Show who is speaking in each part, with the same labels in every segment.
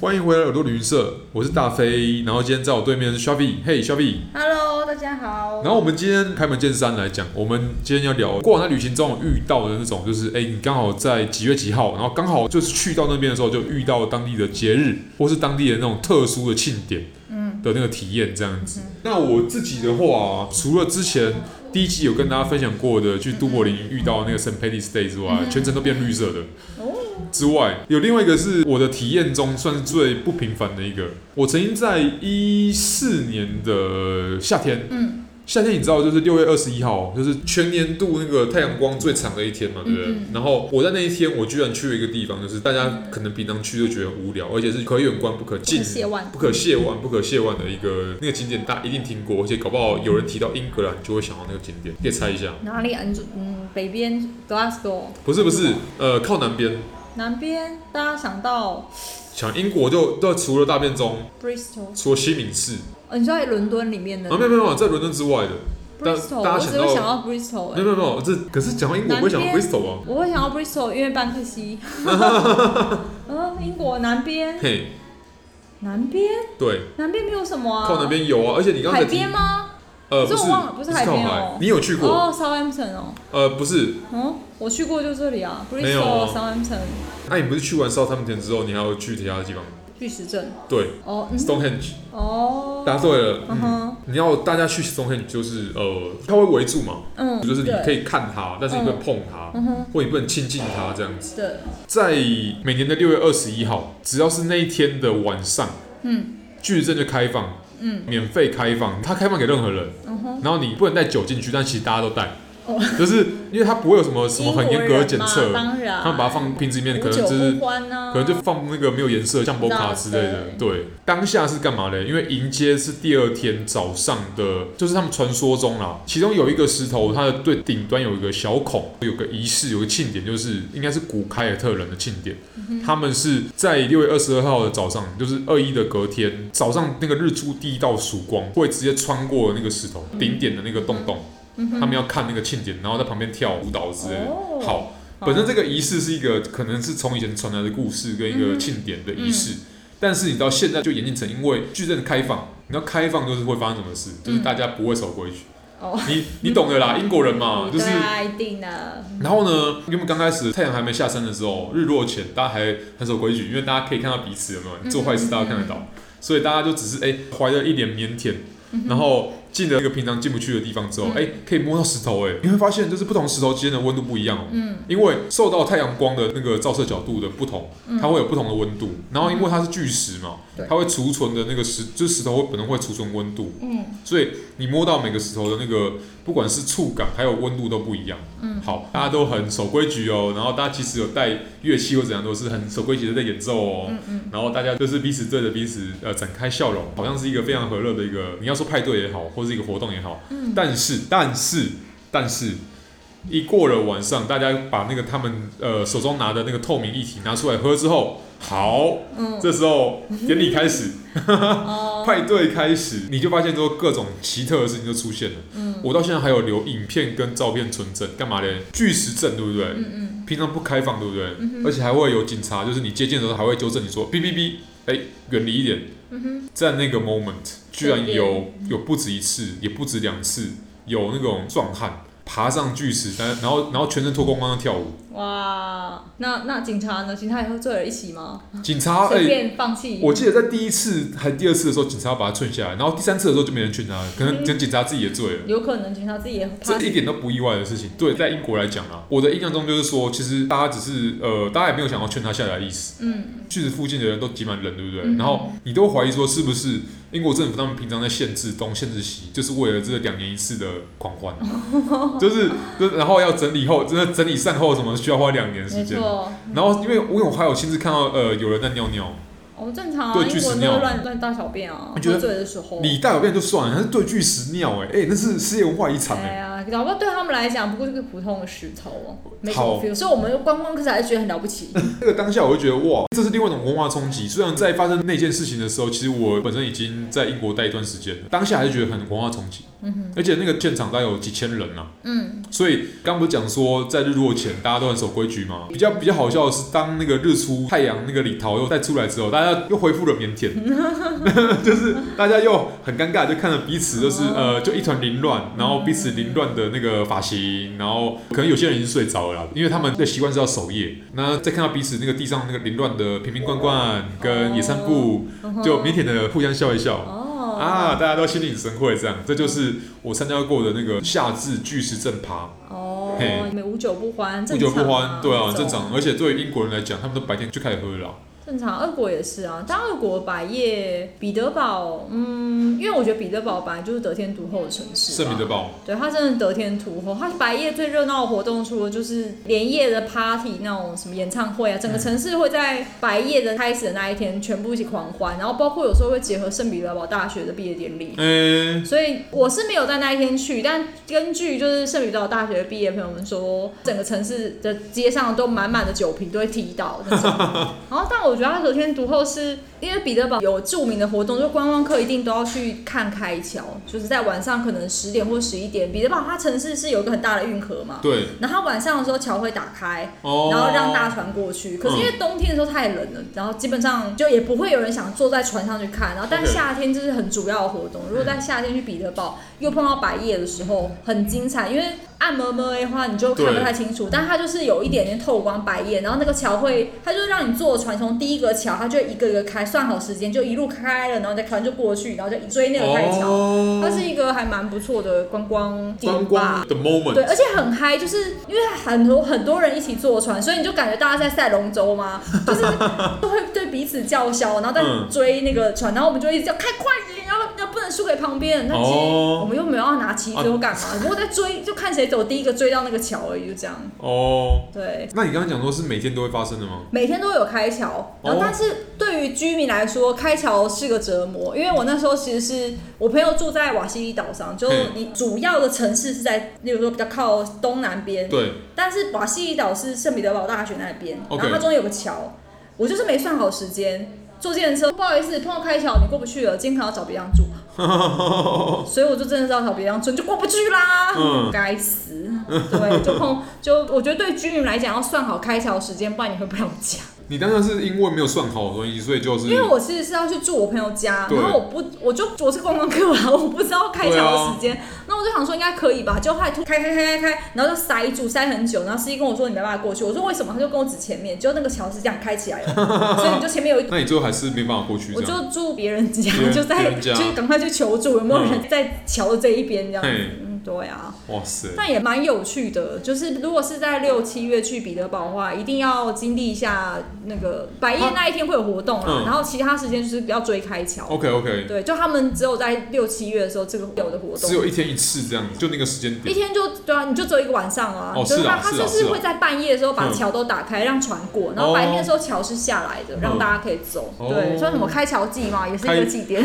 Speaker 1: 欢迎回来耳朵旅行社，我是大飞，然后今天在我对面是 Shavi，嘿 Shavi。
Speaker 2: Hello，大家好。
Speaker 1: 然后我们今天开门见山来讲，我们今天要聊过往在旅行中遇到的那种，就是哎，你刚好在几月几号，然后刚好就是去到那边的时候，就遇到当地的节日或是当地的那种特殊的庆典，嗯，的那个体验这样子。那我自己的话、除了之前第一季有跟大家分享过的去都柏林遇到
Speaker 2: 嗯
Speaker 1: 那个 St. Patrick's Day 之外，全程都变绿色的。
Speaker 2: 哦，
Speaker 1: 之外，有另外一个是我的体验中算是最不平凡的一个。我曾经在一四年的夏天，
Speaker 2: 嗯，
Speaker 1: 夏天你知道就是六月二十一号，就是全年度那个太阳光最长的一天嘛，对不对？
Speaker 2: 嗯嗯
Speaker 1: 然后我在那一天，我居然去了一个地方，就是大家可能平常去就觉得很无聊，而且是可远观不可近。
Speaker 2: 谢万
Speaker 1: 不可亵玩、不可亵玩的一个那个景点，大家一定听过，而且搞不好有人提到英格兰就会想到那个景点，可以猜一下。
Speaker 2: 哪里啊？你说嗯，北边 Glasgow，
Speaker 1: 不是不是，呃，靠南边，
Speaker 2: 南边大家想到
Speaker 1: 想英国就都除了大变中，
Speaker 2: Bristol，
Speaker 1: 除了西敏寺，
Speaker 2: 哦，你说在伦敦里面的
Speaker 1: 啊，没有没有，没有在伦敦之外的，大
Speaker 2: Bristol，
Speaker 1: 大家
Speaker 2: 我只
Speaker 1: 想
Speaker 2: 会
Speaker 1: 到
Speaker 2: 想到 Bristol，
Speaker 1: 没
Speaker 2: 哎
Speaker 1: 有没有没有，这可是讲到英国不会想到
Speaker 2: 南边
Speaker 1: Bristol 啊，
Speaker 2: 我会想到 Bristol，因为班克 西。嗯，英国南边，
Speaker 1: 嘿，
Speaker 2: 南边，
Speaker 1: 对，
Speaker 2: 南边没有什么啊。
Speaker 1: 靠南边有啊，而且你刚才
Speaker 2: 海
Speaker 1: 提
Speaker 2: 边，吗？
Speaker 1: 呃，
Speaker 2: 可
Speaker 1: 不
Speaker 2: 是
Speaker 1: 是，
Speaker 2: 我忘了不是海
Speaker 1: 靠
Speaker 2: 边哦
Speaker 1: 海，你有去过？
Speaker 2: 哦，Southampton 哦，
Speaker 1: 呃，不是，
Speaker 2: 嗯，我去过就这里啊
Speaker 1: 没有啊
Speaker 2: ，Bristol，Southampton，
Speaker 1: 那你不是去完 Southampton 之后，你还要去其他地方？
Speaker 2: 巨石阵。
Speaker 1: 对
Speaker 2: 哦，嗯，
Speaker 1: ，Stonehenge，
Speaker 2: 哦，
Speaker 1: 答对了。
Speaker 2: 嗯
Speaker 1: 嗯
Speaker 2: 哼，
Speaker 1: 你要大家去 Stonehenge 就是呃，它会围住嘛，
Speaker 2: 嗯，
Speaker 1: 就是你
Speaker 2: 对
Speaker 1: 可以看它，但是你不能碰它，
Speaker 2: 嗯哼，
Speaker 1: 或你不能亲近它这样子。
Speaker 2: 对，
Speaker 1: 在每年的六月二十一号，只要是那一天的晚上，
Speaker 2: 嗯
Speaker 1: 巨石阵就开放，
Speaker 2: 嗯
Speaker 1: 免费开放，它开放给任何人，
Speaker 2: 嗯哼，
Speaker 1: 然后你不能带酒进去，但其实大家都带，
Speaker 2: 哦
Speaker 1: 就是因为它不会有什么什么很严格的检
Speaker 2: 英国人
Speaker 1: 测，
Speaker 2: 嘛当然，
Speaker 1: 他们把它放瓶子里面，可
Speaker 2: 无
Speaker 1: 能
Speaker 2: 酒
Speaker 1: 就是
Speaker 2: 不欢啊，
Speaker 1: 可能就放那个没有颜色的像波卡之类的。对，当下是干嘛嘞？因为迎接是第二天早上的，就是他们传说中啦，其中有一个石头，它的最顶端有一个小孔，有个仪式，有个庆典，就是应该是古凯尔特人的庆典。
Speaker 2: 嗯
Speaker 1: 他们是在六月二十二号的早上，就是二一的隔天早上，那个日出第一道曙光会直接穿过那个石头顶点的那个洞洞，
Speaker 2: 嗯哼
Speaker 1: 他们要看那个庆典，然后在旁边跳舞蹈之类的。
Speaker 2: 哦
Speaker 1: 好，本身这个仪式是一个可能是从以前传来的故事跟
Speaker 2: 嗯
Speaker 1: 一个庆典的仪式，但是你到现在就演进成，因为矩阵开放，你知道开放就是会发生什么事，就是大家不会守规矩。
Speaker 2: 嗯哦
Speaker 1: 你你懂的啦，英国人嘛，就是
Speaker 2: 对。啊，一定的，
Speaker 1: 然后呢，因为刚开始太阳还没下山的时候，日落前大家还很守规矩，因为大家可以看到彼此有没有你做坏事，大家看得
Speaker 2: 嗯
Speaker 1: 到，所以大家就只是哎怀着一脸腼腆，然后进了一个平常进不去的地方之后，
Speaker 2: 嗯
Speaker 1: 哎可以摸到石头，哎你会发现就是不同石头之间的温度不一样哦，
Speaker 2: 嗯
Speaker 1: 因为受到太阳光的那个照射角度的不同，
Speaker 2: 嗯
Speaker 1: 它会有不同的温度。然后因为它是巨石嘛
Speaker 2: 对，
Speaker 1: 它会储存的那个石，就是石头会本能会储存温度，
Speaker 2: 嗯
Speaker 1: 所以你摸到每个石头的那个，不管是触感还有温度都不一样。
Speaker 2: 嗯，
Speaker 1: 好，大家都很守规矩哦。然后大家其实有带乐器或怎样，都是很守规矩的在演奏哦。
Speaker 2: 嗯嗯，
Speaker 1: 然后大家就是彼此对着彼此呃展开笑容，好像是一个非常和乐的一个，你要说派对也好，或是一个活动也好，
Speaker 2: 嗯
Speaker 1: 但是但是但是，一过了晚上，大家把那个他们呃手中拿的那个透明液体拿出来喝之后，好，
Speaker 2: 嗯
Speaker 1: 这时候典礼开始，
Speaker 2: 哦，
Speaker 1: 派对开始，你就发现说各种奇特的事情就出现了。
Speaker 2: 嗯
Speaker 1: 我到现在还有留影片跟照片存证，干嘛嘞？巨石阵对不对？
Speaker 2: 嗯嗯，
Speaker 1: 平常不开放，对不对？
Speaker 2: 嗯哼
Speaker 1: 而且还会有警察，就是你接近的时候还会纠正你说，哔哔哔，哎，远离一点。
Speaker 2: 嗯哼，
Speaker 1: 在那个 moment，居然
Speaker 2: 对
Speaker 1: 有有不止一次，也不止两次，有那种壮汉爬上巨石，但然后然后全身脱光光地跳舞。
Speaker 2: 哇，那那警察呢？警察也喝醉了一起吗？
Speaker 1: 警察哎、
Speaker 2: 啊随便放弃，
Speaker 1: 我记得在第一次还第二次的时候，警察把他劝下来，然后第三次的时候就没人劝他了，可能
Speaker 2: 嗯
Speaker 1: 可能警察自己也醉了。
Speaker 2: 有可能警察自己也怕
Speaker 1: 这一点都不意外的事情，对，在英国来讲啊，我的印象中就是说，其实大家只是呃，大家也没有想要劝他下来的意思，
Speaker 2: 嗯
Speaker 1: 巨石附近的人都挤满人，对不对？
Speaker 2: 嗯
Speaker 1: 然后你都怀疑说，是不是英国政府他们平常在限制东、限制西，就是为了这两年一次的狂 欢，就是就是然后要整理后，真的整理善后什么需要花两年
Speaker 2: 没
Speaker 1: 时间。
Speaker 2: 错，
Speaker 1: 然后因为我有还有亲自看到呃有人在尿尿，
Speaker 2: 哦正常啊，
Speaker 1: 对巨
Speaker 2: 英
Speaker 1: 石
Speaker 2: 国人
Speaker 1: 尿
Speaker 2: 都乱乱大小便啊，
Speaker 1: 我
Speaker 2: 喝
Speaker 1: 觉得
Speaker 2: 醉的时候，
Speaker 1: 欸你大小便就算了，他是对巨石尿哎、哎、那是世界文化遗产哎、
Speaker 2: 哎呀，搞不好对他们来讲不过是个普通的石头哦，没什
Speaker 1: 好
Speaker 2: 么 feel。所以我们观光客才觉得很了不起。
Speaker 1: 那个当下我就觉得哇，这是另外一种文化冲击。虽然在发生那件事情的时候，其实我本身已经在英国待一段时间了，当下还是觉得很文化冲击。嗯而且那个现场大概有几千人啊，
Speaker 2: 嗯，
Speaker 1: 所以刚不是讲说在日落前大家都很守规矩吗？比较比较好笑的是，当那个日出太阳那个里头又再出来之后，大家又恢复了腼腆， 就是大家又很尴尬，就看着彼此就是呃就一团凌乱，然后彼此凌乱的那个发型，然后可能有些人已经睡着了啦，因为他们的习惯是要守夜。那再看到彼此那个地上那个凌乱的瓶瓶罐罐跟野散步，就腼腆的互相笑一笑。
Speaker 2: 哦，
Speaker 1: 啊，大家都心领神会，这样，这就是我参加过的那个夏至巨石阵趴。嘿
Speaker 2: 哦，你们无酒不欢，
Speaker 1: 不
Speaker 2: 正
Speaker 1: 酒
Speaker 2: 常
Speaker 1: 不欢，对啊，
Speaker 2: 这种
Speaker 1: 正常。而且对于英国人来讲，他们都白天就开始喝了啊。
Speaker 2: 正常，俄国也是啊，但俄国百叶彼得堡，嗯，因为我觉得彼得堡本来就是得天独厚的城市
Speaker 1: 圣
Speaker 2: 吧，
Speaker 1: 彼得堡，
Speaker 2: 对，它真的得天独厚。它百夜最热闹的活动，除了就是连夜的 party 那种什么演唱会啊，整个城市会在百夜的开始的那一天全部一起狂欢，然后包括有时候会结合圣彼得堡大学的毕业典礼。
Speaker 1: 哎、
Speaker 2: 所以我是没有在那一天去，但根据就是圣彼得堡大学毕业朋友们说，整个城市的街上都满满的酒瓶，都会踢到那种。然后，但我觉得它得天独厚是因为彼得堡有著名的活动，就观光客一定都要去看开桥，就是在晚上可能十点或十一点，彼得堡它城市是有一个很大的运河嘛，
Speaker 1: 对，
Speaker 2: 然后它晚上的时候桥会打开，
Speaker 1: 哦，嗯
Speaker 2: 然后让大船过去。可是因为冬天的时候太冷了，然后基本上就也不会有人想坐在船上去看。然后但
Speaker 1: OK
Speaker 2: 夏天这是很主要的活动，如果在夏天去彼得堡又碰到白夜的时候，很精彩，因为。暗蒙蒙的话，你就看不
Speaker 1: 对
Speaker 2: 太清楚，但它就是有一点点透光白夜，然后那个桥会，它就让你坐船从第一个桥，它就一个一个开，算好时间就一路开了，然后你再船就过去，然后就追那个开桥，
Speaker 1: 哦
Speaker 2: 它是一个还蛮不错的观光点吧。
Speaker 1: 观光的 moment，
Speaker 2: 对，而且很嗨，就是因为很多很多人一起坐船，所以你就感觉大家在赛龙 舟嘛，就是都会对彼此叫嚣，然后在
Speaker 1: 嗯
Speaker 2: 追那个船，然后我们就一直叫开快一点，然后要不能输给旁边。那其实
Speaker 1: 哦
Speaker 2: 我们又没有要拿旗子或干嘛，不过在追就看谁走第一个追到那个桥而已，就这样。
Speaker 1: 哦，
Speaker 2: 对，
Speaker 1: 那你刚刚讲说是每天都会发生的吗？
Speaker 2: 每天都有开桥，然后
Speaker 1: 哦
Speaker 2: 但是对于居民来说，开桥是个折磨，因为我那时候其实是我朋友住在瓦西里岛上，就
Speaker 1: 嗯
Speaker 2: 你主要的城市是在，例如说比较靠东南边，
Speaker 1: 对，
Speaker 2: 但是瓦西里岛是圣彼得堡大学那边
Speaker 1: OK
Speaker 2: 然后它中间有个桥，我就是没算好时间，坐电车，不好意思，碰到开桥你过不去了，今天可能要找别地方 住，所以我就真的是要找别地方住，你就过不去啦，
Speaker 1: 嗯
Speaker 2: 该死，对，就碰就我觉得对居民来讲要算好开桥时间，不然你回不了家，
Speaker 1: 你当然是因为没有算好的东西，所以就是
Speaker 2: 因为我其实是要去住我朋友家，
Speaker 1: 嗯对
Speaker 2: 然后我不我就我是观光客啊， 我不知道开桥
Speaker 1: 对
Speaker 2: 的
Speaker 1: 啊
Speaker 2: 时间，那我就想说应该可以吧，就后来突开开开开开，然后就塞住塞很久，然后司机跟我说你没办法过去，我说为什么？他就跟我指前面，就那个桥是这样开起来的，所以你就前 面有一。
Speaker 1: 那你最后还是没办法过去
Speaker 2: 我
Speaker 1: 这样。
Speaker 2: 就住别人家
Speaker 1: 别，人
Speaker 2: 就
Speaker 1: 别
Speaker 2: 在
Speaker 1: 人家
Speaker 2: 就是赶快去求助，有没有人
Speaker 1: 嗯
Speaker 2: 在桥的这一边这样子
Speaker 1: 嘿？
Speaker 2: 嗯，对啊。
Speaker 1: 哇塞，
Speaker 2: 但也蛮有趣的，就是如果是在六七月去彼得堡的话，一定要经历一下那个百夜
Speaker 1: 啊
Speaker 2: 那一天会有活动啦，
Speaker 1: 嗯哦
Speaker 2: 然后其他时间就是要追开桥。
Speaker 1: ，OK OK，
Speaker 2: 对，就他们只有在六七月的时候，这个有的活
Speaker 1: 只
Speaker 2: 动。
Speaker 1: 有一天一次这样，就那个时间
Speaker 2: 一
Speaker 1: 点。
Speaker 2: 天就对啊，你就只有一个晚上啊，
Speaker 1: 哦
Speaker 2: 就是
Speaker 1: 是
Speaker 2: 他
Speaker 1: 啊
Speaker 2: 他
Speaker 1: 是啊
Speaker 2: 就是
Speaker 1: 是啊
Speaker 2: 会在半夜的时候把
Speaker 1: 嗯
Speaker 2: 桥都打开，让船过，然后
Speaker 1: 哦
Speaker 2: 白天的时候桥是下来的，让
Speaker 1: 嗯
Speaker 2: 大家可以走。
Speaker 1: 哦
Speaker 2: 对，算什么开桥季嘛，也是一个
Speaker 1: 开
Speaker 2: 祭典。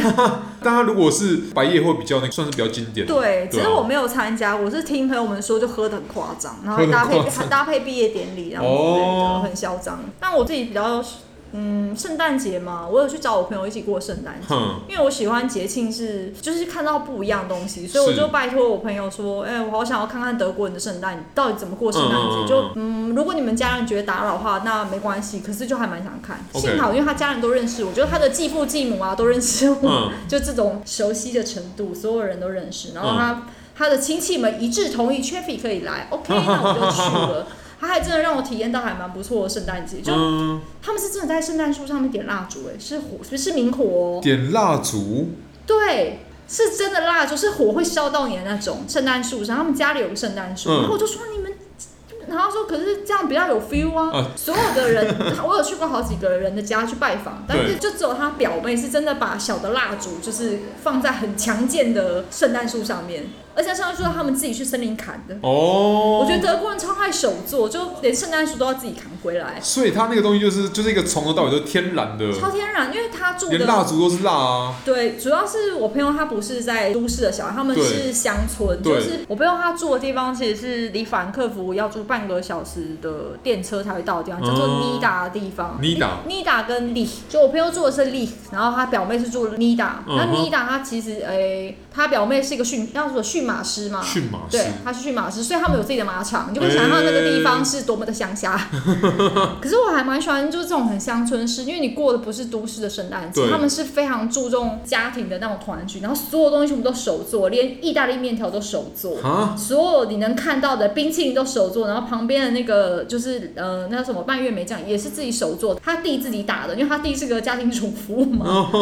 Speaker 1: 大家如果是白夜会比较那个，算是比较经典。
Speaker 2: 对，只
Speaker 1: 对啊
Speaker 2: 是我没有参加，我是听朋友们说就喝的很夸张，然后
Speaker 1: 喝得
Speaker 2: 搭
Speaker 1: 很夸
Speaker 2: 配
Speaker 1: 张
Speaker 2: 还 搭配毕业典礼，然后之类的
Speaker 1: 哦
Speaker 2: 很嚣张。但我自己比较，嗯，圣诞节嘛，我有去找我朋友一起过圣诞节。
Speaker 1: 哼，
Speaker 2: 因为我喜欢节庆是，就是看到不一样的东西，所以
Speaker 1: 是
Speaker 2: 我就拜托我朋友说，哎、我好想要看看德国人的圣诞到底怎么过圣诞节。
Speaker 1: 嗯嗯嗯
Speaker 2: 就嗯，如果你们家人觉得打扰的话，那没关系，可是就还蛮想看。
Speaker 1: OK
Speaker 2: 幸好因为他家人都认识我，就是他的继父继母啊都认识我，
Speaker 1: 嗯，
Speaker 2: 就这种熟悉的程度，所有人都认识。然后他、他的亲戚们一致同意 c h e f f y 可以来，OK，那我就去了。他还真的让我体验到还蛮不错的圣诞节，就
Speaker 1: 嗯，
Speaker 2: 他们是真的在圣诞树上面点蜡烛，哎，是火，是明火哦，
Speaker 1: 点蜡烛，
Speaker 2: 对，是真的蜡烛，是火会烧到你的那种圣诞树上。他们家里有个圣诞树，
Speaker 1: 嗯
Speaker 2: 然后我就说你们。然后他说，可是这样比较有 feel 啊！
Speaker 1: 啊
Speaker 2: 所有的人，我有去过好几个人的家去拜访，但是就只有他表妹是真的把小的蜡烛，就是放在很强健的圣诞树上面，而且圣诞树他们自己去森林砍的。
Speaker 1: 哦，
Speaker 2: 我觉得德国人超爱手做，就连圣诞树都要自己扛回来，
Speaker 1: 所以它那个东西就是就是一个从头到尾都是天然的，
Speaker 2: 超天然。因为他住
Speaker 1: 嗯连蜡
Speaker 2: 的
Speaker 1: 烛都是蜡啊。
Speaker 2: 对，主要是我朋友他不是在都市的小孩，他们
Speaker 1: 对
Speaker 2: 是乡村，
Speaker 1: 对
Speaker 2: 就是我朋友他住的地方其实是离法兰克福要住半个小时的电车才会到的地方，叫做
Speaker 1: 哦
Speaker 2: 尼达的地方。
Speaker 1: 尼达
Speaker 2: 尼达跟利，就我朋友住的是利，然后他表妹是住尼达。
Speaker 1: 嗯
Speaker 2: 那
Speaker 1: 哼
Speaker 2: 尼达她其实诶、她表妹是一个驯，叫做驯马师嘛，
Speaker 1: 驯马哎师
Speaker 2: 啊对，他是驯马师，所以他们有自己的马场，你就可以想象那个地方是多么的乡下。 可是我还蛮喜欢就是这种很乡村式，因为你过的不是都市的圣诞节，
Speaker 1: 对
Speaker 2: 他们是非常注重家庭的那种团聚，然后所有东西全部都手做，连意大利面条都手做。
Speaker 1: 啊，
Speaker 2: 所有你能看到的冰淇淋都手做，然后旁边的那个就是呃那叫什么半月梅酱也是自己手做的，他弟自己打的，因为他弟是个家庭主妇嘛，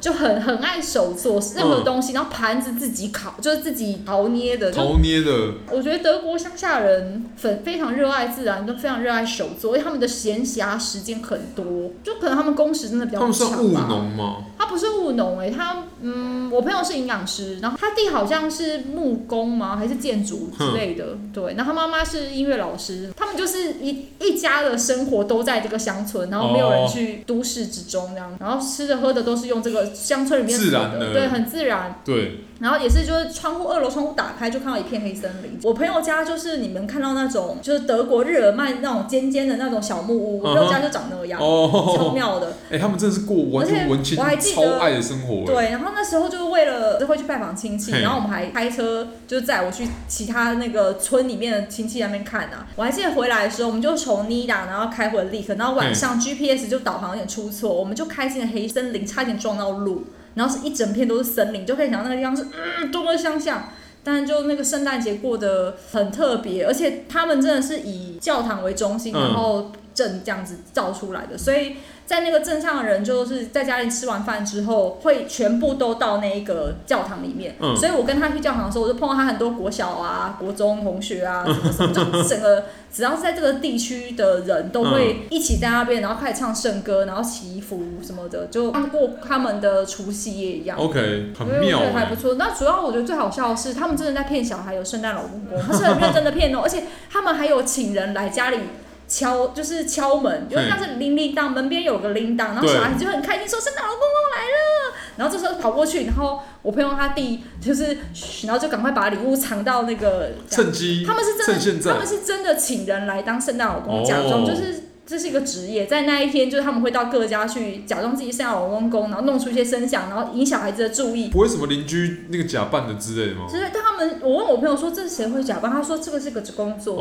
Speaker 2: 就很很爱手做任何
Speaker 1: 嗯
Speaker 2: 东西，然后盘子自己烤，就是自己熬捏的，就
Speaker 1: 头捏的，
Speaker 2: 我觉得德国乡下人很非常热爱自然，都非常热爱手作，因为他们的闲暇时间很多，就可能他们工时真的比较
Speaker 1: 他们
Speaker 2: 长
Speaker 1: 算务
Speaker 2: 吧
Speaker 1: 农吗？
Speaker 2: 他不是务农哎、他嗯，我朋友是营养师，然后他弟好像是木工吗，还是建筑之类的，对，然后他妈妈是音乐老师，他们就是一一家的生活都在这个乡村，然后没有人
Speaker 1: 哦
Speaker 2: 去都市之中这样，然后吃的喝的都是用这个乡村里面
Speaker 1: 自
Speaker 2: 所
Speaker 1: 然
Speaker 2: 得
Speaker 1: 的
Speaker 2: 对，很自然，
Speaker 1: 对，
Speaker 2: 然后也是就是窗户二楼窗户打开就看到一片黑森林。我朋友家就是你们看到那种就是德国日耳曼那种尖尖的那种小木屋，我
Speaker 1: 嗯哼
Speaker 2: 朋友家就长那样。超
Speaker 1: 哦，
Speaker 2: 妙的，
Speaker 1: 哎、他们真的是过完
Speaker 2: 而且
Speaker 1: 全文青
Speaker 2: 我还记得
Speaker 1: 超爱的生活、哎，
Speaker 2: 对。然啊后那时候就为了会去拜访亲戚，
Speaker 1: 嘿
Speaker 2: 然后我们还开车就是载我去其他那个村里面的亲戚那边看啊。我还记得回来的时候，我们就从尼达然后开回利克，然后晚上 GPS 就导航有点出错，我们就开进了黑森林，差点撞到路。然后是一整片都是森林，就可以想到那个地方是嗯多么的乡下。但就那个圣诞节过得很特别，而且他们真的是以教堂为中心，
Speaker 1: 嗯
Speaker 2: 然后镇这样子造出来的，所以在那个镇上的人就是在家里吃完饭之后，会全部都到那一个教堂里面。
Speaker 1: 嗯
Speaker 2: 所以我跟他去教堂的时候，我就碰到他很多国小啊、国中同学啊什么什么，就是整个只要是在这个地区的人都会一起在那边，然后开始唱圣歌，然后祈福什么的，就像过他们的除夕夜一样。
Speaker 1: ，OK，
Speaker 2: 所以
Speaker 1: 很
Speaker 2: 我
Speaker 1: 妙、
Speaker 2: 觉得还
Speaker 1: 哎
Speaker 2: 不错。那主要我觉得最好笑的是，他们真的在骗小孩有圣诞老公公，他是很认真的骗哦，而且他们还有请人来家里。敲就是敲门，因为像是铃铃铛，门边有个铃铛，然后
Speaker 1: 对
Speaker 2: 小孩子就很开心说圣诞老公公来了，然后这时候跑过去，然后我朋友他弟就是，嘘然后就赶快把礼物藏到那个
Speaker 1: 趁机
Speaker 2: 他们是
Speaker 1: 趁
Speaker 2: 真
Speaker 1: 现
Speaker 2: 的，
Speaker 1: 在
Speaker 2: 他们是真的请人来当圣诞老公，
Speaker 1: 哦
Speaker 2: 假装就是这是一个职业，在那一天就是他们会到各家去假装自己是圣诞老公公，然后弄出一些声响，然后引小孩子的注意。
Speaker 1: 不会什么邻居那个假扮的之类的吗？
Speaker 2: 就是但他们，我问我朋友说这是谁会假扮，他说这个是个工作，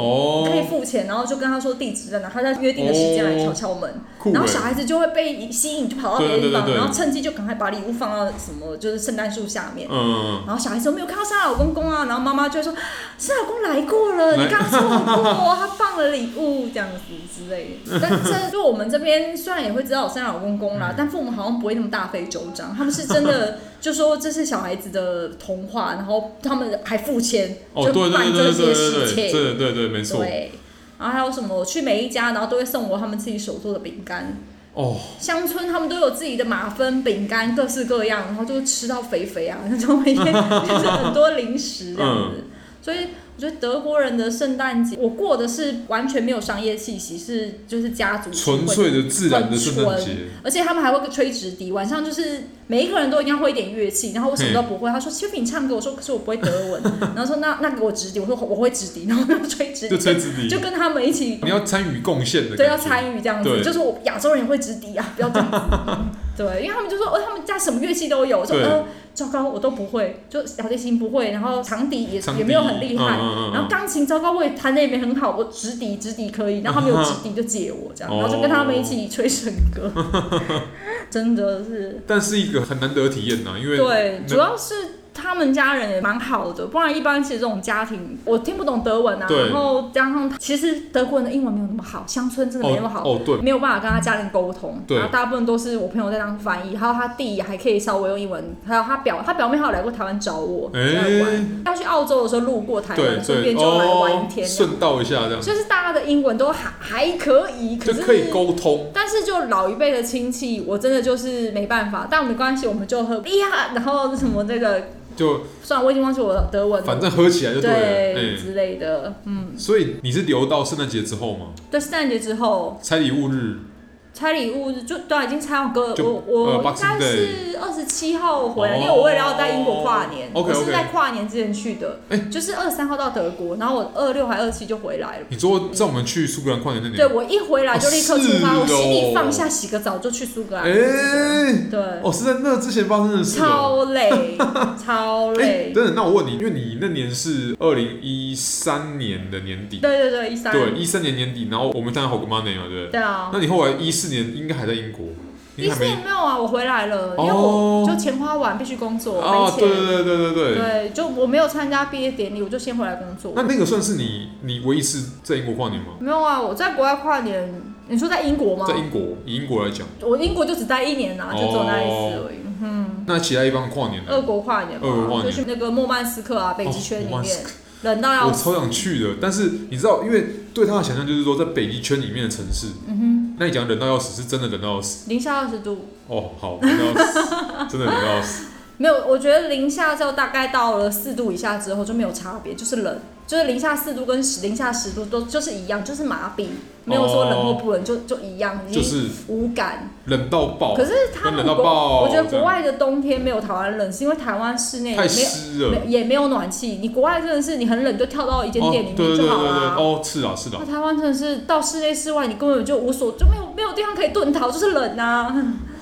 Speaker 2: 你可以
Speaker 1: 哦，
Speaker 2: 付钱，然后就跟他说地址在哪，他在约定的时间来敲敲门，
Speaker 1: 酷
Speaker 2: 然
Speaker 1: 哎、
Speaker 2: 后小孩子就会被吸引，就跑到别的地
Speaker 1: 对对
Speaker 2: 方，
Speaker 1: 对对
Speaker 2: 然后趁机就赶快把礼物放到什么就是圣诞树下面，
Speaker 1: 嗯，
Speaker 2: 然后小孩子没有看到圣诞老公公啊，然后妈妈就会说圣诞老公来过了，你刚错过，他放了礼物这样子之类 的。但这就我们这边虽然也会知道有圣诞老公
Speaker 1: 嗯
Speaker 2: 公啦，但父母好像不会那么大费周章，他们是真的就说这是小孩子的童话，然后他们还付钱，
Speaker 1: 哦，对
Speaker 2: 就办
Speaker 1: 对对对
Speaker 2: 这些
Speaker 1: 对
Speaker 2: 事
Speaker 1: 对对，
Speaker 2: 情。
Speaker 1: 对对对，没错，
Speaker 2: 对，然后还有什么？我去每一家，然后都会送我他们自己手做的饼干。
Speaker 1: 哦，
Speaker 2: 乡村他们都有自己的马芬饼干，各式各样，然后就吃到肥肥啊，那种每天就是很多零食这样
Speaker 1: 嗯
Speaker 2: 子。所以我觉得德国人的圣诞节，我过的是完全没有商业气息，是就是家族聚会
Speaker 1: 纯粹的自然的圣诞
Speaker 2: 很
Speaker 1: 节，
Speaker 2: 而且他们还会吹直笛，晚上就是每一个人都一定要会一点乐器，然后我什么都不会。他说：“秋萍，你唱歌。”我说：“可是我不会德文。”然后说：“那那给我直笛。”我说：“我会直笛。”然后就吹直
Speaker 1: 就
Speaker 2: 笛，
Speaker 1: 吹自己
Speaker 2: 就，跟他们一起
Speaker 1: 你要参与贡献的，
Speaker 2: 对，要，参与这样子，
Speaker 1: 对
Speaker 2: 就是我亚洲人也会直笛啊，不要这样子。对，因为他们就说，哦，他们家什么乐器都有，我说
Speaker 1: 对
Speaker 2: 呃，糟糕，我都不会，就小提琴不会，然后长笛也
Speaker 1: 长笛
Speaker 2: 也没有很厉
Speaker 1: 嗯
Speaker 2: 害，
Speaker 1: 嗯嗯嗯
Speaker 2: 然后钢琴糟糕，我也弹的也没很好，我直笛直笛可以，然后
Speaker 1: 啊
Speaker 2: 他们有直笛就借我这样，
Speaker 1: 哦
Speaker 2: 然后就跟他们一起吹神歌， 真的是
Speaker 1: 但是一个很难得的体验呐、因为
Speaker 2: 对，
Speaker 1: 那
Speaker 2: 主要是。他们家人也蛮好的，不然一般其实这种家庭，我听不懂德文啊，
Speaker 1: 对
Speaker 2: 然后加上其实德国人的英文没有那么好，乡村真的没那么好，
Speaker 1: 哦，哦对，
Speaker 2: 没有办法跟他家人沟通，
Speaker 1: 对
Speaker 2: 然后大部分都是我朋友在当翻译，还有他弟还可以稍微用英文，还有他表他表妹还有来过台湾找我，
Speaker 1: 哎
Speaker 2: 在玩。要去澳洲的时候路过台湾，
Speaker 1: 对
Speaker 2: 顺便
Speaker 1: 对，
Speaker 2: 就来玩一
Speaker 1: 哦，
Speaker 2: 天这样，
Speaker 1: 顺道一下这样，
Speaker 2: 就是大家的英文都还还可以，可
Speaker 1: 就是可以沟通，
Speaker 2: 但是就老一辈的亲戚，我真的就是没办法，但没关系，我们就喝哎呀，然后什么那个
Speaker 1: 就
Speaker 2: 算了，我已经忘记我的德文了
Speaker 1: 反正喝起来就对了。哎、
Speaker 2: 对之类的，嗯，
Speaker 1: 所以你是留到圣诞节之后吗？
Speaker 2: 对，圣诞节之后
Speaker 1: 拆礼物日
Speaker 2: 拆礼物就都已经拆好歌，
Speaker 1: 就
Speaker 2: 我我
Speaker 1: 呃
Speaker 2: 应该
Speaker 1: Boxing
Speaker 2: 是二十七号回来，
Speaker 1: 哦
Speaker 2: 因为我为了要在英国跨年，
Speaker 1: OK，OK
Speaker 2: 我是在跨年之前去的，
Speaker 1: 哎
Speaker 2: 就是二十三号到德国，然后我二六还二七就回来了。
Speaker 1: 你说在我们去苏格兰跨年那
Speaker 2: 对
Speaker 1: 年，
Speaker 2: 我一回来就立刻出发，
Speaker 1: 哦
Speaker 2: 我行李
Speaker 1: 是哦
Speaker 2: 放下洗个澡就去苏格兰，
Speaker 1: 哎、
Speaker 2: 对，
Speaker 1: 哦，是在那之前发生的事、哦。
Speaker 2: 超 累，超
Speaker 1: 哎、
Speaker 2: 累，
Speaker 1: 等等，那我问你，因为你那年是二零一三年的年底，
Speaker 2: 对对对，一三，
Speaker 1: 对，一三年年底，然后我们当然好个 money 嘛，对不对？
Speaker 2: 对啊，
Speaker 1: 那你后来一四年应该还在英国，
Speaker 2: 一
Speaker 1: 你还
Speaker 2: 四
Speaker 1: 没
Speaker 2: 年没有啊，我回来了，因为
Speaker 1: 哦
Speaker 2: 我就钱花完必须工作，
Speaker 1: 啊？
Speaker 2: 没
Speaker 1: 对
Speaker 2: 钱，
Speaker 1: 对对对对对。
Speaker 2: 对，就我没有参加毕业典礼，我就先回来工作。
Speaker 1: 那那个算是你你唯一一次在英国跨年吗？
Speaker 2: 没有啊，我在国外跨年，你说在英国吗？
Speaker 1: 在英国，以英国哦来讲，
Speaker 2: 我英国就只待一年啊，就只有那一次而已。嗯，呃
Speaker 1: 那其他地方跨年呢？
Speaker 2: 俄国跨年嘛，
Speaker 1: 俄国跨年
Speaker 2: 就去那个莫曼斯克啊，北极圈里
Speaker 1: 哦莫曼
Speaker 2: 面
Speaker 1: 斯，
Speaker 2: 冷到
Speaker 1: 我
Speaker 2: 要死。
Speaker 1: 超想去的，但是你知道，因为对他的想象就是说，在北极圈里面的城市，
Speaker 2: 嗯
Speaker 1: 那你讲冷到要死，是真的冷到要死
Speaker 2: 哼，零下二十度，
Speaker 1: 哦。好，冷到要 死，真的冷到要死。
Speaker 2: 没有，我觉得零下之后大概到了四度以下之后就没有差别，就是冷，就是零下四度跟十零下十度都就是一样，就是麻痹，没有说冷或不冷，就就一样，已
Speaker 1: 就
Speaker 2: 经
Speaker 1: 是
Speaker 2: 无感。
Speaker 1: 冷到爆，
Speaker 2: 哎可是他
Speaker 1: 跟
Speaker 2: 们
Speaker 1: 冷到
Speaker 2: 国，
Speaker 1: 爆
Speaker 2: 我觉得
Speaker 1: 这
Speaker 2: 国
Speaker 1: 样
Speaker 2: 外的冬天没有台湾冷，是因为台湾室内也没
Speaker 1: 太
Speaker 2: 有
Speaker 1: 湿了。
Speaker 2: 没也没有暖气，你国外真的是你很冷就跳到一间店里
Speaker 1: 哦、
Speaker 2: 面
Speaker 1: 对对对
Speaker 2: 就好
Speaker 1: 对对，
Speaker 2: 啦。
Speaker 1: 哦，是啊是
Speaker 2: 那、
Speaker 1: 啊，
Speaker 2: 台湾真的是到室内室外，你根本就无所就没有没有地方可以遁逃，就是冷啊。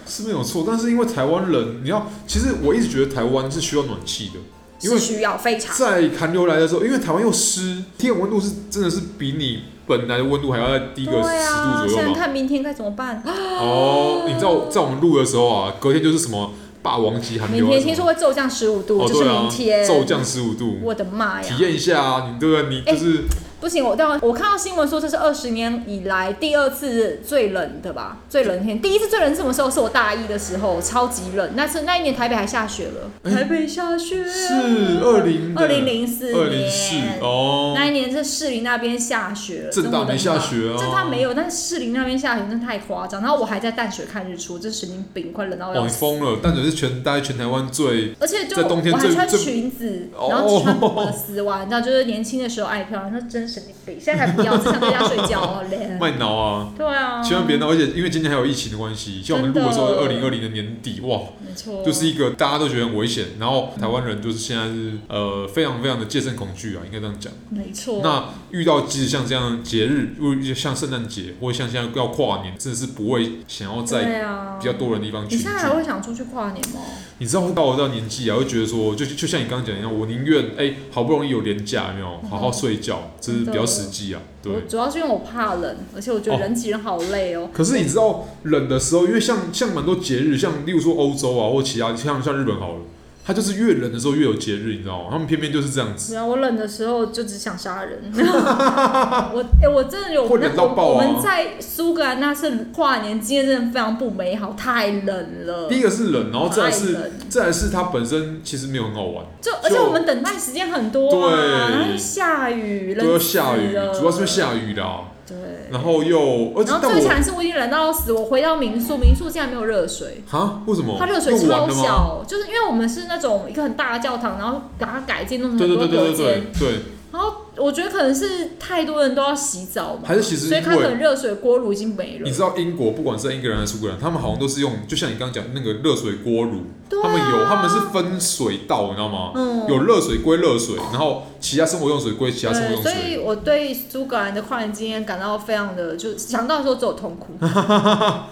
Speaker 1: 是没有错。但是因为台湾人，你要，其实我一直觉得台湾是需要暖气的，因
Speaker 2: 是
Speaker 1: 为
Speaker 2: 需要非常
Speaker 1: 在寒流来的时候，因为台湾又湿，体感温度是真的是比你本来的温度还要再低个
Speaker 2: 对
Speaker 1: 十
Speaker 2: 啊，
Speaker 1: 度左
Speaker 2: 现
Speaker 1: 右吧。
Speaker 2: 在看明天该怎么办？啊
Speaker 1: 哦，你知道在我们录的时候啊，隔天就是什么霸王级寒
Speaker 2: 明
Speaker 1: 流啊
Speaker 2: 天
Speaker 1: 什
Speaker 2: 听说
Speaker 1: 么，
Speaker 2: 会骤降十五度，
Speaker 1: 哦
Speaker 2: 就是
Speaker 1: 对
Speaker 2: 明
Speaker 1: 啊
Speaker 2: 天。，
Speaker 1: 骤降十五度，
Speaker 2: 我的妈呀哎
Speaker 1: 体！验一下啊，你对不对？你就是
Speaker 2: 不行，我待会我看到新闻说这是二十年以来第二次最冷的吧，最冷天。第一次最冷是什么时候？是我大一的时候，超级冷。那次那一年台北还下雪了，
Speaker 1: 哎
Speaker 2: 台北下雪
Speaker 1: 是二零
Speaker 2: 二零零四
Speaker 1: 嗯二零四
Speaker 2: 年，
Speaker 1: 哦，
Speaker 2: 那一年是士林那边下雪了，
Speaker 1: 正大没下雪啊
Speaker 2: 正大没有，但是士林那边下雪真的太夸张。然后我还在淡水看日出，真神经病，快冷到
Speaker 1: 哦
Speaker 2: 要
Speaker 1: 你
Speaker 2: 死。
Speaker 1: 疯了，淡水是全大概全台湾最
Speaker 2: 而且就
Speaker 1: 在冬天
Speaker 2: 我还
Speaker 1: 最
Speaker 2: 穿
Speaker 1: 最
Speaker 2: 裙子，
Speaker 1: 哦
Speaker 2: 然后只穿薄的丝袜，你知道，就是年轻的时候爱漂亮，那真神经病。现在还不要，只想在家睡觉，好 累。
Speaker 1: 卖脑啊。
Speaker 2: 对啊，
Speaker 1: 千万别闹，而且因为今年还有疫情的关系，像我们录的时候，二
Speaker 2: 真
Speaker 1: 零
Speaker 2: 的
Speaker 1: 二零的年底，哇，
Speaker 2: 没错，
Speaker 1: 就是一个大家都觉得很危险，然后台湾人就是现在是呃非常非常的戒慎恐惧啊，应该这样讲。
Speaker 2: 没错。
Speaker 1: 那遇到即使像这样的节日，如果像圣诞节或者像现在要跨年，真的是不会想要在
Speaker 2: 对啊，
Speaker 1: 比较多人的地方
Speaker 2: 你
Speaker 1: 群聚
Speaker 2: 现。在还会想出去跨年吗？
Speaker 1: 你知道到我这个年纪啊，会觉得说，就就像你刚刚讲一样，我宁愿哎好不容易有年假，有没有
Speaker 2: 嗯
Speaker 1: 好好睡觉，这是比较实际啊，对
Speaker 2: 我。主要是因为我怕冷，而且我觉得
Speaker 1: 哦
Speaker 2: 人挤人好累哦。
Speaker 1: 可是你知道冷的时候，因为像像蛮多节日，像例如说欧洲啊，或其他像像日本好了，它就是越冷的时候越有节日，你知道吗？他们偏偏就是这样子，
Speaker 2: 只要我冷的时候就只想 杀人。我哎、我真的有
Speaker 1: 会冷到爆啊
Speaker 2: 我们在苏格兰那次跨年经验真的非常不美好，太冷了
Speaker 1: 第。一个是冷，然后再来
Speaker 2: 太冷
Speaker 1: 是再来是它本身其实没有很好玩，
Speaker 2: 就而且我们等待时间很多
Speaker 1: 对
Speaker 2: 啊，然后又下雨，冷
Speaker 1: 都要下雨
Speaker 2: 死了，
Speaker 1: 主要是因为下雨啦，
Speaker 2: 对。
Speaker 1: 然后又而且
Speaker 2: 然后
Speaker 1: 但
Speaker 2: 最
Speaker 1: 我
Speaker 2: 惨是我已经冷到死，我回到民宿，民宿竟然没有热水。
Speaker 1: 啊为什么
Speaker 2: 它热水
Speaker 1: 用完
Speaker 2: 超
Speaker 1: 了吗？
Speaker 2: 小，就是因为我们是那种一个很大的教堂，然后把它改建弄成
Speaker 1: 对
Speaker 2: 很
Speaker 1: 对
Speaker 2: 多
Speaker 1: 对
Speaker 2: 隔
Speaker 1: 对对
Speaker 2: 间
Speaker 1: 对，对，
Speaker 2: 然后我觉得可能是太多人都要洗澡嘛，
Speaker 1: 还是其实
Speaker 2: 所以它
Speaker 1: 因
Speaker 2: 可
Speaker 1: 为
Speaker 2: 能热水锅炉已经没了
Speaker 1: 你。知道英国不管是英格兰还是苏格兰，他们好像都是用，就像你刚刚讲那个热水锅炉，
Speaker 2: 对啊
Speaker 1: 他们有他们是分水道，你知道吗？
Speaker 2: 嗯
Speaker 1: 有热水归热水，然后其他生活用水归其他生活
Speaker 2: 对，
Speaker 1: 用
Speaker 2: 所
Speaker 1: 水。
Speaker 2: 以我对苏格兰的跨年经验感到非常的，就想到的时候只有 痛苦，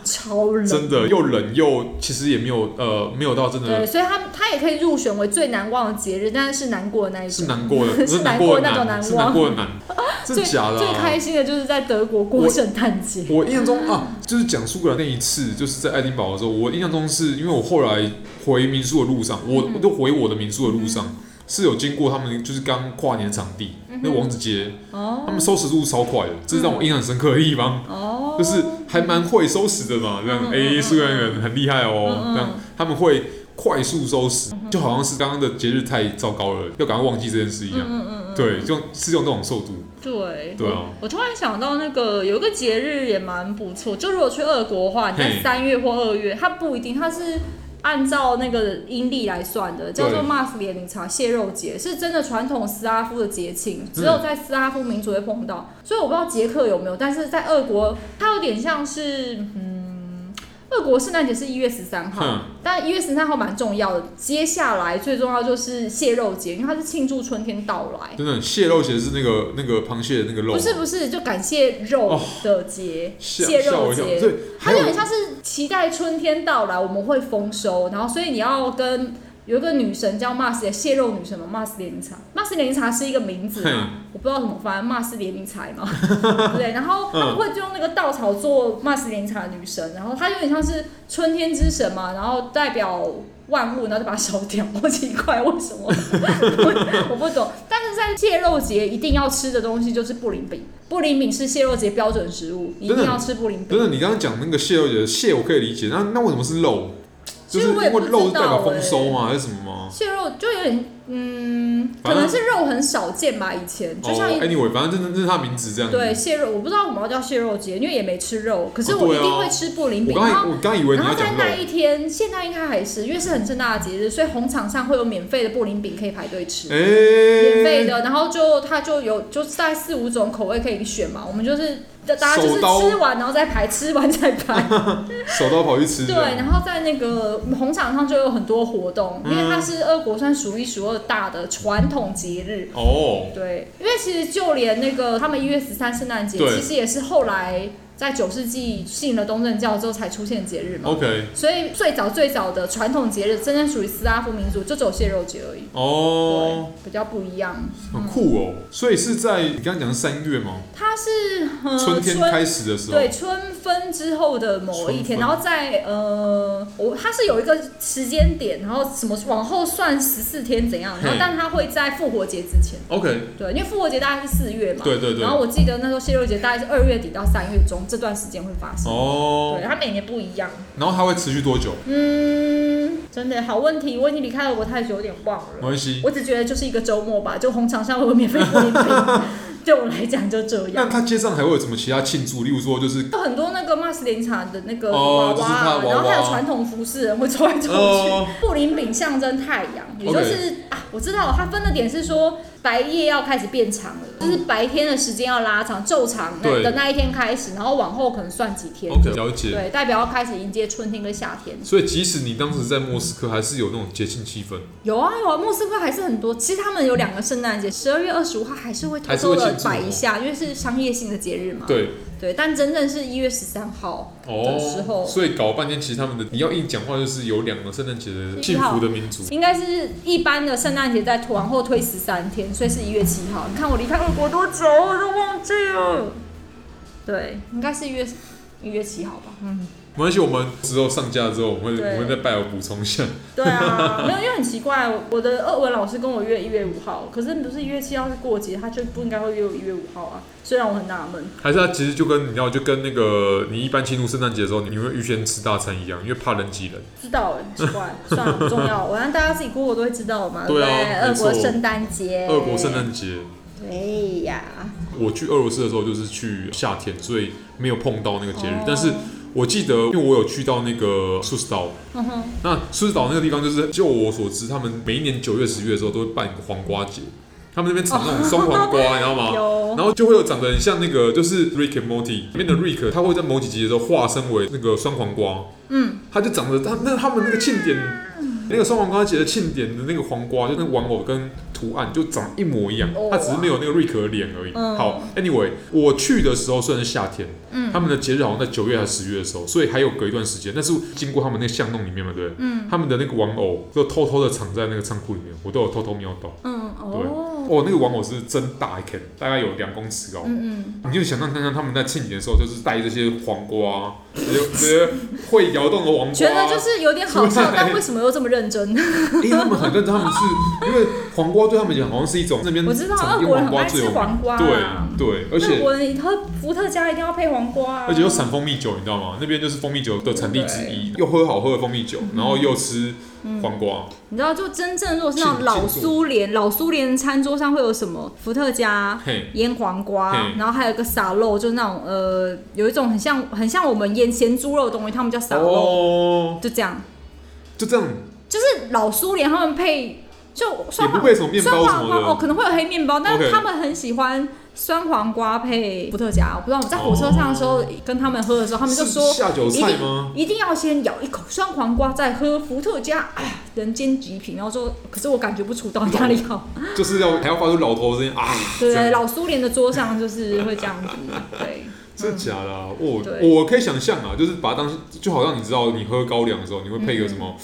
Speaker 2: 超冷。
Speaker 1: 真的又冷又其实也没有呃没有到真
Speaker 2: 对，
Speaker 1: 的
Speaker 2: 所以他们他也可以入选为最难忘的节日，但是是难过的那一
Speaker 1: 是
Speaker 2: 种。
Speaker 1: 难过的，
Speaker 2: 是
Speaker 1: 难
Speaker 2: 难
Speaker 1: 过
Speaker 2: 过
Speaker 1: 的
Speaker 2: 那种难
Speaker 1: 是难
Speaker 2: 忘
Speaker 1: 过的 难，真
Speaker 2: 最
Speaker 1: 的假的、
Speaker 2: 最
Speaker 1: 啊？
Speaker 2: 开心的就是在德国过
Speaker 1: 我
Speaker 2: 圣诞节。
Speaker 1: 我印象中啊，就是讲苏格兰那一次，就是在爱丁堡的时候，我印象中是因为我后来回民宿的路上，我
Speaker 2: 嗯
Speaker 1: 我就回我的民宿的路上。是有经过他们就是刚跨年场地，那王子街，
Speaker 2: 嗯哦
Speaker 1: 他们收拾速度超快的，这是让我印象深刻的地方，
Speaker 2: 哦，
Speaker 1: 就是还蛮会收拾的嘛，这样，
Speaker 2: 嗯嗯
Speaker 1: 哎，
Speaker 2: 嗯
Speaker 1: 苏格兰人很厉害哦
Speaker 2: 嗯，嗯
Speaker 1: 这样他们会快速收拾，就好像是刚刚的节日太糟糕了，要赶快忘记这件事一样，
Speaker 2: 嗯嗯嗯，
Speaker 1: 对，就是用那种速度，
Speaker 2: 对
Speaker 1: 对啊，
Speaker 2: 我突然想到，那个有一个节日也蛮不错，就如果去俄国的话，你在
Speaker 1: 嘿
Speaker 2: 三月或二月，它不一定，它是按照那个阴历来算的，叫做
Speaker 1: 对
Speaker 2: Mas 连宁茶蟹肉节，是真的传统斯拉夫的节庆，只有在斯拉夫民族会碰到。所以我不知道捷克有没有，但是在俄国，它有点像是嗯，俄国圣诞节是一月十三号，
Speaker 1: 哼，
Speaker 2: 但一月十三号蛮重要的。接下来最重要就是蟹肉节，因为它是庆祝春天到来。
Speaker 1: 真的蟹肉节是那个那个螃蟹的那个肉吗，
Speaker 2: 不是不是，就感谢肉
Speaker 1: 哦
Speaker 2: 的节，
Speaker 1: 吓
Speaker 2: 蟹
Speaker 1: 啊吓我
Speaker 2: 肉
Speaker 1: 一跳
Speaker 2: 节，
Speaker 1: 对，
Speaker 2: 它
Speaker 1: 还
Speaker 2: 有
Speaker 1: 有
Speaker 2: 点像是期待春天到来，我们会丰收，然后所以你要跟有一个女神叫 Mars 的蟹肉女神嘛，Mars 莲茶，Mars 莲茶是一个名字嘛，
Speaker 1: 哼
Speaker 2: 我不知道怎么翻，Mars 莲宁茶 嘛，对，然后
Speaker 1: 嗯
Speaker 2: 他们会就用那个稻草做 Mars 莲茶女神，然后它有点像是春天之神嘛，然后代表。万物，然后就把它烧掉，我奇怪为什么， 我我不懂。但是在蟹肉节一定要吃的东西就是布林饼，布林饼是蟹肉节标准食物，你一定
Speaker 1: 真的
Speaker 2: 要吃布林饼
Speaker 1: 真。的，你刚刚讲那个蟹肉节的蟹，我可以理解。那那为什么是肉？
Speaker 2: 其
Speaker 1: 就
Speaker 2: 实
Speaker 1: 是因
Speaker 2: 我也
Speaker 1: 为
Speaker 2: 不知道
Speaker 1: 肉是代表
Speaker 2: 欸
Speaker 1: 丰收吗？还是什么吗？
Speaker 2: 蟹肉就有点，嗯，可
Speaker 1: 反正
Speaker 2: 能是肉很少见吧。以前就
Speaker 1: 哦
Speaker 2: 像一、
Speaker 1: ，anyway，反正哎这这是它名字这样子。
Speaker 2: 对蟹肉，我不知道什么叫蟹肉节，因为也没吃肉，可是
Speaker 1: 哦
Speaker 2: 我
Speaker 1: 对
Speaker 2: 一
Speaker 1: 啊
Speaker 2: 定会吃布林
Speaker 1: 我
Speaker 2: 饼。
Speaker 1: 刚
Speaker 2: 然
Speaker 1: 才
Speaker 2: 后，
Speaker 1: 我刚以为你
Speaker 2: 然
Speaker 1: 要
Speaker 2: 后在
Speaker 1: 讲肉
Speaker 2: 那，一天，现在应该还是，因为是很盛大的节日，所以红场上会有免费的布林饼可以排队吃。免费
Speaker 1: 哎，
Speaker 2: 的，然后就它就有就是大概四五种口味可以选嘛，我们就是大家就是
Speaker 1: 手刀
Speaker 2: 吃完然后再排，吃完再排，
Speaker 1: 手刀跑去吃这
Speaker 2: 对，
Speaker 1: 样。
Speaker 2: 然后在那个红场上就有很多活动，因
Speaker 1: 嗯
Speaker 2: 为它是俄国算数一数二大的传统节日。
Speaker 1: 哦，
Speaker 2: 对，因为其实就连那个他们一月十三圣诞节，
Speaker 1: 对
Speaker 2: 其实也是后来在九世纪信了东正教之后才出现节日嘛。
Speaker 1: OK，
Speaker 2: 所以最早最早的传统节日，真正属于斯拉夫民族，就只有蟹肉节而已。
Speaker 1: 哦，
Speaker 2: 对，比较不一样。
Speaker 1: 很酷哦。所以是在你刚刚讲的三月吗？
Speaker 2: 它是呃
Speaker 1: 春天开始的时候
Speaker 2: 对，春分之后的某一天，
Speaker 1: 春分
Speaker 2: 然后在呃，我它是有一个时间点，然后什么往后算十四天怎样，然后
Speaker 1: 嘿
Speaker 2: 但它会在复活节之前，
Speaker 1: ，OK，
Speaker 2: 对，因为复活节大概是四月嘛，
Speaker 1: 对对对
Speaker 2: 然，后我记得那时候蟹肉节大概是二月底到三月中这段时间会发生，
Speaker 1: 哦
Speaker 2: 对，，它每年不一样，
Speaker 1: 然后它会持续多久？
Speaker 2: 嗯，真的好问题，我已经离开俄国太久，有点忘
Speaker 1: 没
Speaker 2: 了，
Speaker 1: 关系。
Speaker 2: 我只觉得就是一个周末吧，就红场上会有免费福 利品，对我来讲就这
Speaker 1: 那。
Speaker 2: 样
Speaker 1: 它街上还会有什么其他庆祝？例如说，就是
Speaker 2: 有很多那个 Mars 林茶的那个娃
Speaker 1: 哦
Speaker 2: 娃
Speaker 1: 就
Speaker 2: 啊，
Speaker 1: 是他的娃娃
Speaker 2: 然后还有传统服饰人会抽来抽去。
Speaker 1: 哦
Speaker 2: 布林饼象征太阳，也就是啊，我知道了它分的点是说白夜要开始变长了，就是白天的时间要拉长，昼长那
Speaker 1: 嗯对
Speaker 2: 的那一天开始，然后往后可能算几天。
Speaker 1: OK，了解。
Speaker 2: 对，代表要开始迎接春天跟夏天。
Speaker 1: 所以即使你当时在莫斯科，还是有那种节庆气氛，
Speaker 2: 有啊有啊，莫斯科还是很多。其实他们有两个圣诞节，十二月二十五号还是会偷
Speaker 1: 还是
Speaker 2: 偷
Speaker 1: 会
Speaker 2: 的
Speaker 1: 庆祝
Speaker 2: 摆一下，因为是商业性的节日嘛。
Speaker 1: 对，
Speaker 2: 对，但真正是一月十三号的时候
Speaker 1: 哦，，所以搞半天，其实他们的你要硬讲话，就是有两个圣诞节的
Speaker 2: 幸
Speaker 1: 幸
Speaker 2: 好
Speaker 1: 福的民族，
Speaker 2: 应该是一般的圣诞节在往后推十三天，所以是一月七号。你看我离开俄国多久，我都忘记了。对，应该是一月一月七号吧。嗯，
Speaker 1: 没关系，我们之后上架之后，我们
Speaker 2: 对
Speaker 1: 会我们再拜我补充一下。
Speaker 2: 对啊，没有，因为很奇怪，我的俄文老师跟我约一月五号，可是不是一月七号是过节，他就不应该会约我一月五号啊。虽然我很纳闷，
Speaker 1: 还是他其实就跟你要就跟那个你一般庆祝圣诞节的时候，你会预先吃大餐一样，因为怕人挤人。
Speaker 2: 知道哎、奇怪，算了，不重要，我让大家自己 Google 都会知道嘛。
Speaker 1: 对啊
Speaker 2: 不俄
Speaker 1: 没错
Speaker 2: 国圣诞节，
Speaker 1: 俄国圣，诞节，
Speaker 2: 对呀、
Speaker 1: 我去俄罗斯的时候就是去夏天，所以没有碰到那个节日
Speaker 2: 哦，
Speaker 1: 但是。我记得，因为我有去到那个苏斯岛，
Speaker 2: 嗯哼，
Speaker 1: 那苏斯岛那个地方，就是就我所知，他们每一年九月、十月的时候都会办一个黄瓜节，他们那边产那种酸黄瓜，你知道吗？
Speaker 2: 有，
Speaker 1: 然后就会有长得很像那个，就是 Rick and Morty 里面的 Rick，他会在某几集的时候化身为那个酸黄瓜，
Speaker 2: 嗯，
Speaker 1: 他就长得他那他们那个庆典，那个酸黄瓜节的庆典的那个黄瓜，就那个玩偶跟图案就长一模一样
Speaker 2: 哦，
Speaker 1: 他只是没有那个 Rick 的脸而已。
Speaker 2: 嗯
Speaker 1: 好，Anyway，我去的时候虽然是夏天，
Speaker 2: 嗯
Speaker 1: 他们的节日好像在九月还是十月的时候，所以还有隔一段时间，但是经过他们那个巷弄里面嘛，对不对，
Speaker 2: 嗯
Speaker 1: 他们的那个玩偶都偷偷的藏在那个仓库里面，我都有偷偷瞄到。
Speaker 2: 嗯，哦，
Speaker 1: 哦，那个玩偶是真大一根，大概有两公尺高。
Speaker 2: 嗯
Speaker 1: 你就想象看看他们在庆典的时候，就是带这些黄瓜，有这些会摇动的黄瓜，
Speaker 2: 嗯，觉得就是有点好笑
Speaker 1: 对，
Speaker 2: 但为什么又这么 认真？
Speaker 1: 因为他们很认真，他们是因为黄瓜对他们讲好像是一种那边
Speaker 2: 我知道
Speaker 1: 产
Speaker 2: 俄
Speaker 1: 地
Speaker 2: 国人
Speaker 1: 黄
Speaker 2: 很
Speaker 1: 瓜
Speaker 2: 爱
Speaker 1: 最
Speaker 2: 吃
Speaker 1: 有名，
Speaker 2: 黄瓜啊，
Speaker 1: 对对，而
Speaker 2: 俄
Speaker 1: 且
Speaker 2: 国人喝伏特加一定要配黄瓜啊，
Speaker 1: 而且又产蜂蜜酒，你知道吗？那边就是蜂蜜酒的产地之一，又喝好喝的蜂蜜酒，
Speaker 2: 嗯
Speaker 1: 然后又吃黄瓜，
Speaker 2: 你知道，就真正如果是那种
Speaker 1: 庆
Speaker 2: 老
Speaker 1: 庆祝
Speaker 2: 苏联，老苏联餐桌上会有什么伏特加。
Speaker 1: 嘿，
Speaker 2: 腌黄瓜，
Speaker 1: 嘿
Speaker 2: 然后还有一个撒肉，就是那种呃，有一种很像很像我们腌咸猪肉的东西，他们叫撒肉，
Speaker 1: 哦，
Speaker 2: 就这样。
Speaker 1: 就就这样，
Speaker 2: 就是老苏联他们配就
Speaker 1: 也
Speaker 2: 酸
Speaker 1: 不
Speaker 2: 黄
Speaker 1: 配什么面
Speaker 2: 酸
Speaker 1: 包什
Speaker 2: 黄瓜哦
Speaker 1: 么，的。
Speaker 2: 可能会有黑面包，但
Speaker 1: OK
Speaker 2: 是他们很喜欢酸黄瓜配伏特加。我不知道我在火车上的时候、
Speaker 1: 哦
Speaker 2: 跟他们喝的时候，他们就是说
Speaker 1: 下酒
Speaker 2: 一
Speaker 1: 菜
Speaker 2: 定
Speaker 1: 吗？
Speaker 2: 一定要先咬一口酸黄瓜，再喝伏特加，哎呀，人间极品。然后说，可是我感觉不出到哪里 好。
Speaker 1: 就是要还要发出老头的声音啊！
Speaker 2: 对
Speaker 1: 这
Speaker 2: 对，
Speaker 1: 样
Speaker 2: 老苏联的桌上就是会这样子。 对，
Speaker 1: 真的假的啊、我
Speaker 2: 对
Speaker 1: 我可以想象啊，就是把它当成就好像你知道，你喝高粱的时候，你会配个什么，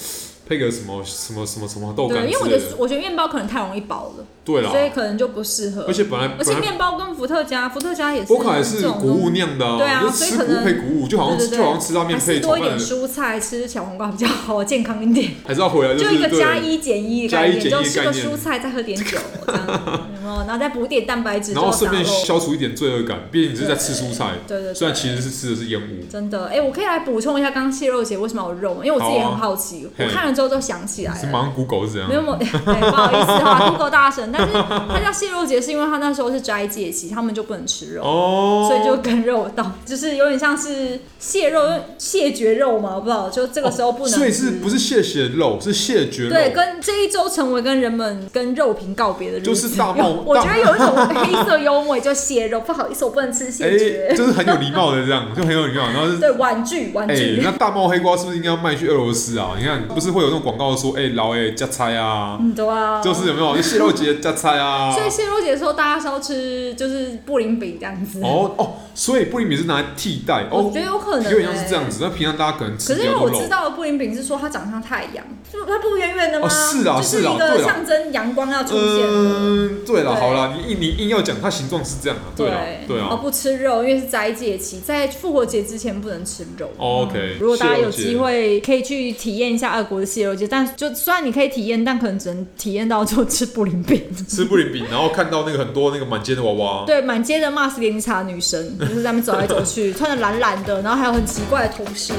Speaker 1: 配个什么什么什么什么豆干
Speaker 2: 嗯对，因为
Speaker 1: 之
Speaker 2: 我
Speaker 1: 类
Speaker 2: 觉
Speaker 1: 的
Speaker 2: 得。我觉得面包可能太容易饱了，
Speaker 1: 对
Speaker 2: 所以
Speaker 1: 啦，
Speaker 2: 可能就不适合
Speaker 1: 而。且本来
Speaker 2: 而
Speaker 1: 本
Speaker 2: 且
Speaker 1: 来
Speaker 2: 面包跟伏特加，伏特加也是
Speaker 1: 波卡也是
Speaker 2: 这种
Speaker 1: 谷物酿的
Speaker 2: 对啊
Speaker 1: 就是吃
Speaker 2: 所
Speaker 1: 谷
Speaker 2: 以可
Speaker 1: 物
Speaker 2: 能
Speaker 1: 配谷物，就好像
Speaker 2: 对对对
Speaker 1: 就好像吃拉面
Speaker 2: 还是
Speaker 1: 配
Speaker 2: 多
Speaker 1: 炒
Speaker 2: 一点
Speaker 1: 饭的，
Speaker 2: 蔬菜，吃小黄瓜比较好，健康一点。
Speaker 1: 还是要回来
Speaker 2: 就是一个
Speaker 1: 对
Speaker 2: 加一减一的
Speaker 1: 加
Speaker 2: 概
Speaker 1: 一
Speaker 2: 念，
Speaker 1: 减一的
Speaker 2: 就吃个
Speaker 1: 概念
Speaker 2: 蔬菜，再喝点酒，这 样有没有？然后再补点蛋白质，
Speaker 1: 然后
Speaker 2: 就
Speaker 1: 顺
Speaker 2: 打
Speaker 1: 便
Speaker 2: 肉
Speaker 1: 消除一点罪恶感，毕竟你是在吃蔬菜，
Speaker 2: 对对
Speaker 1: 虽
Speaker 2: 对
Speaker 1: 然，其实是吃的是烟雾。
Speaker 2: 真的，哎、我可以来补充一下刚刚蟹肉节为什么有肉吗？因为我自己也很好奇，
Speaker 1: 好啊
Speaker 2: 我看了之后就想起来
Speaker 1: 是
Speaker 2: 了。
Speaker 1: 马上 Google 是怎样
Speaker 2: 没？有，没有 哎不好意思哈，Google 大神，但是他叫蟹肉节是因为他那时候是斋戒期，他们就不能吃肉，
Speaker 1: 哦，
Speaker 2: 所以就跟肉道，就是有点像是蟹肉蟹绝肉嘛，我不知道，就这个时候不能吃。
Speaker 1: 哦所以是不是谢血肉，是谢绝肉，
Speaker 2: 对，跟这一周成为跟人们跟肉品告别的日子，
Speaker 1: 就是大冒
Speaker 2: 有我觉得有一种黑色幽默，就蟹肉，不好意思，我不能吃蟹绝。
Speaker 1: 哎，就是很有礼貌的这样，就 很有礼貌，然后 是
Speaker 2: 对，婉拒，婉
Speaker 1: 哎、
Speaker 2: 拒。
Speaker 1: 那大帽黑瓜是不是应该要卖去俄罗斯啊？你看，不是会有那种广告说，哎、老哎加菜啊，
Speaker 2: 嗯，对啊，
Speaker 1: 就是有没 有就蟹肉节加菜啊？
Speaker 2: 所以蟹肉节的时候，大家是要吃就是布林饼这样子。
Speaker 1: 哦哦，所以布林饼是拿来替代
Speaker 2: 我
Speaker 1: 哦
Speaker 2: 觉，得有可能、欸，
Speaker 1: 有点像是这样。子。那平常大家可能吃
Speaker 2: 可
Speaker 1: 比
Speaker 2: 是因为
Speaker 1: 较多
Speaker 2: 我
Speaker 1: 肉
Speaker 2: 知，道的布林饼是说它长得像太阳，就它不圆圆的吗？
Speaker 1: 哦是啊
Speaker 2: 就是
Speaker 1: 是啊
Speaker 2: 一
Speaker 1: 对
Speaker 2: 个
Speaker 1: 啊
Speaker 2: 象征阳光要出现的。
Speaker 1: 嗯，对了，
Speaker 2: 对
Speaker 1: 好了，你硬你硬要讲它形状是这样啊，对啦，对
Speaker 2: 哦
Speaker 1: 啊，
Speaker 2: 不吃肉，因为是斋戒期，在复活节之前不能吃肉。
Speaker 1: 哦 OK，
Speaker 2: 如果大家
Speaker 1: 蟹
Speaker 2: 有
Speaker 1: 肉节
Speaker 2: 机会 可以去体验一下俄国的蟹肉节，但就虽然你可以体验，但可能只能体验到就吃布林饼。
Speaker 1: 吃布林饼，然后看到那个很多那个满街的娃娃，
Speaker 2: 对，满 街的骂斯连尼察女神，就是在那边走来走去，穿的懒懒的，然后还有很奇怪的头饰。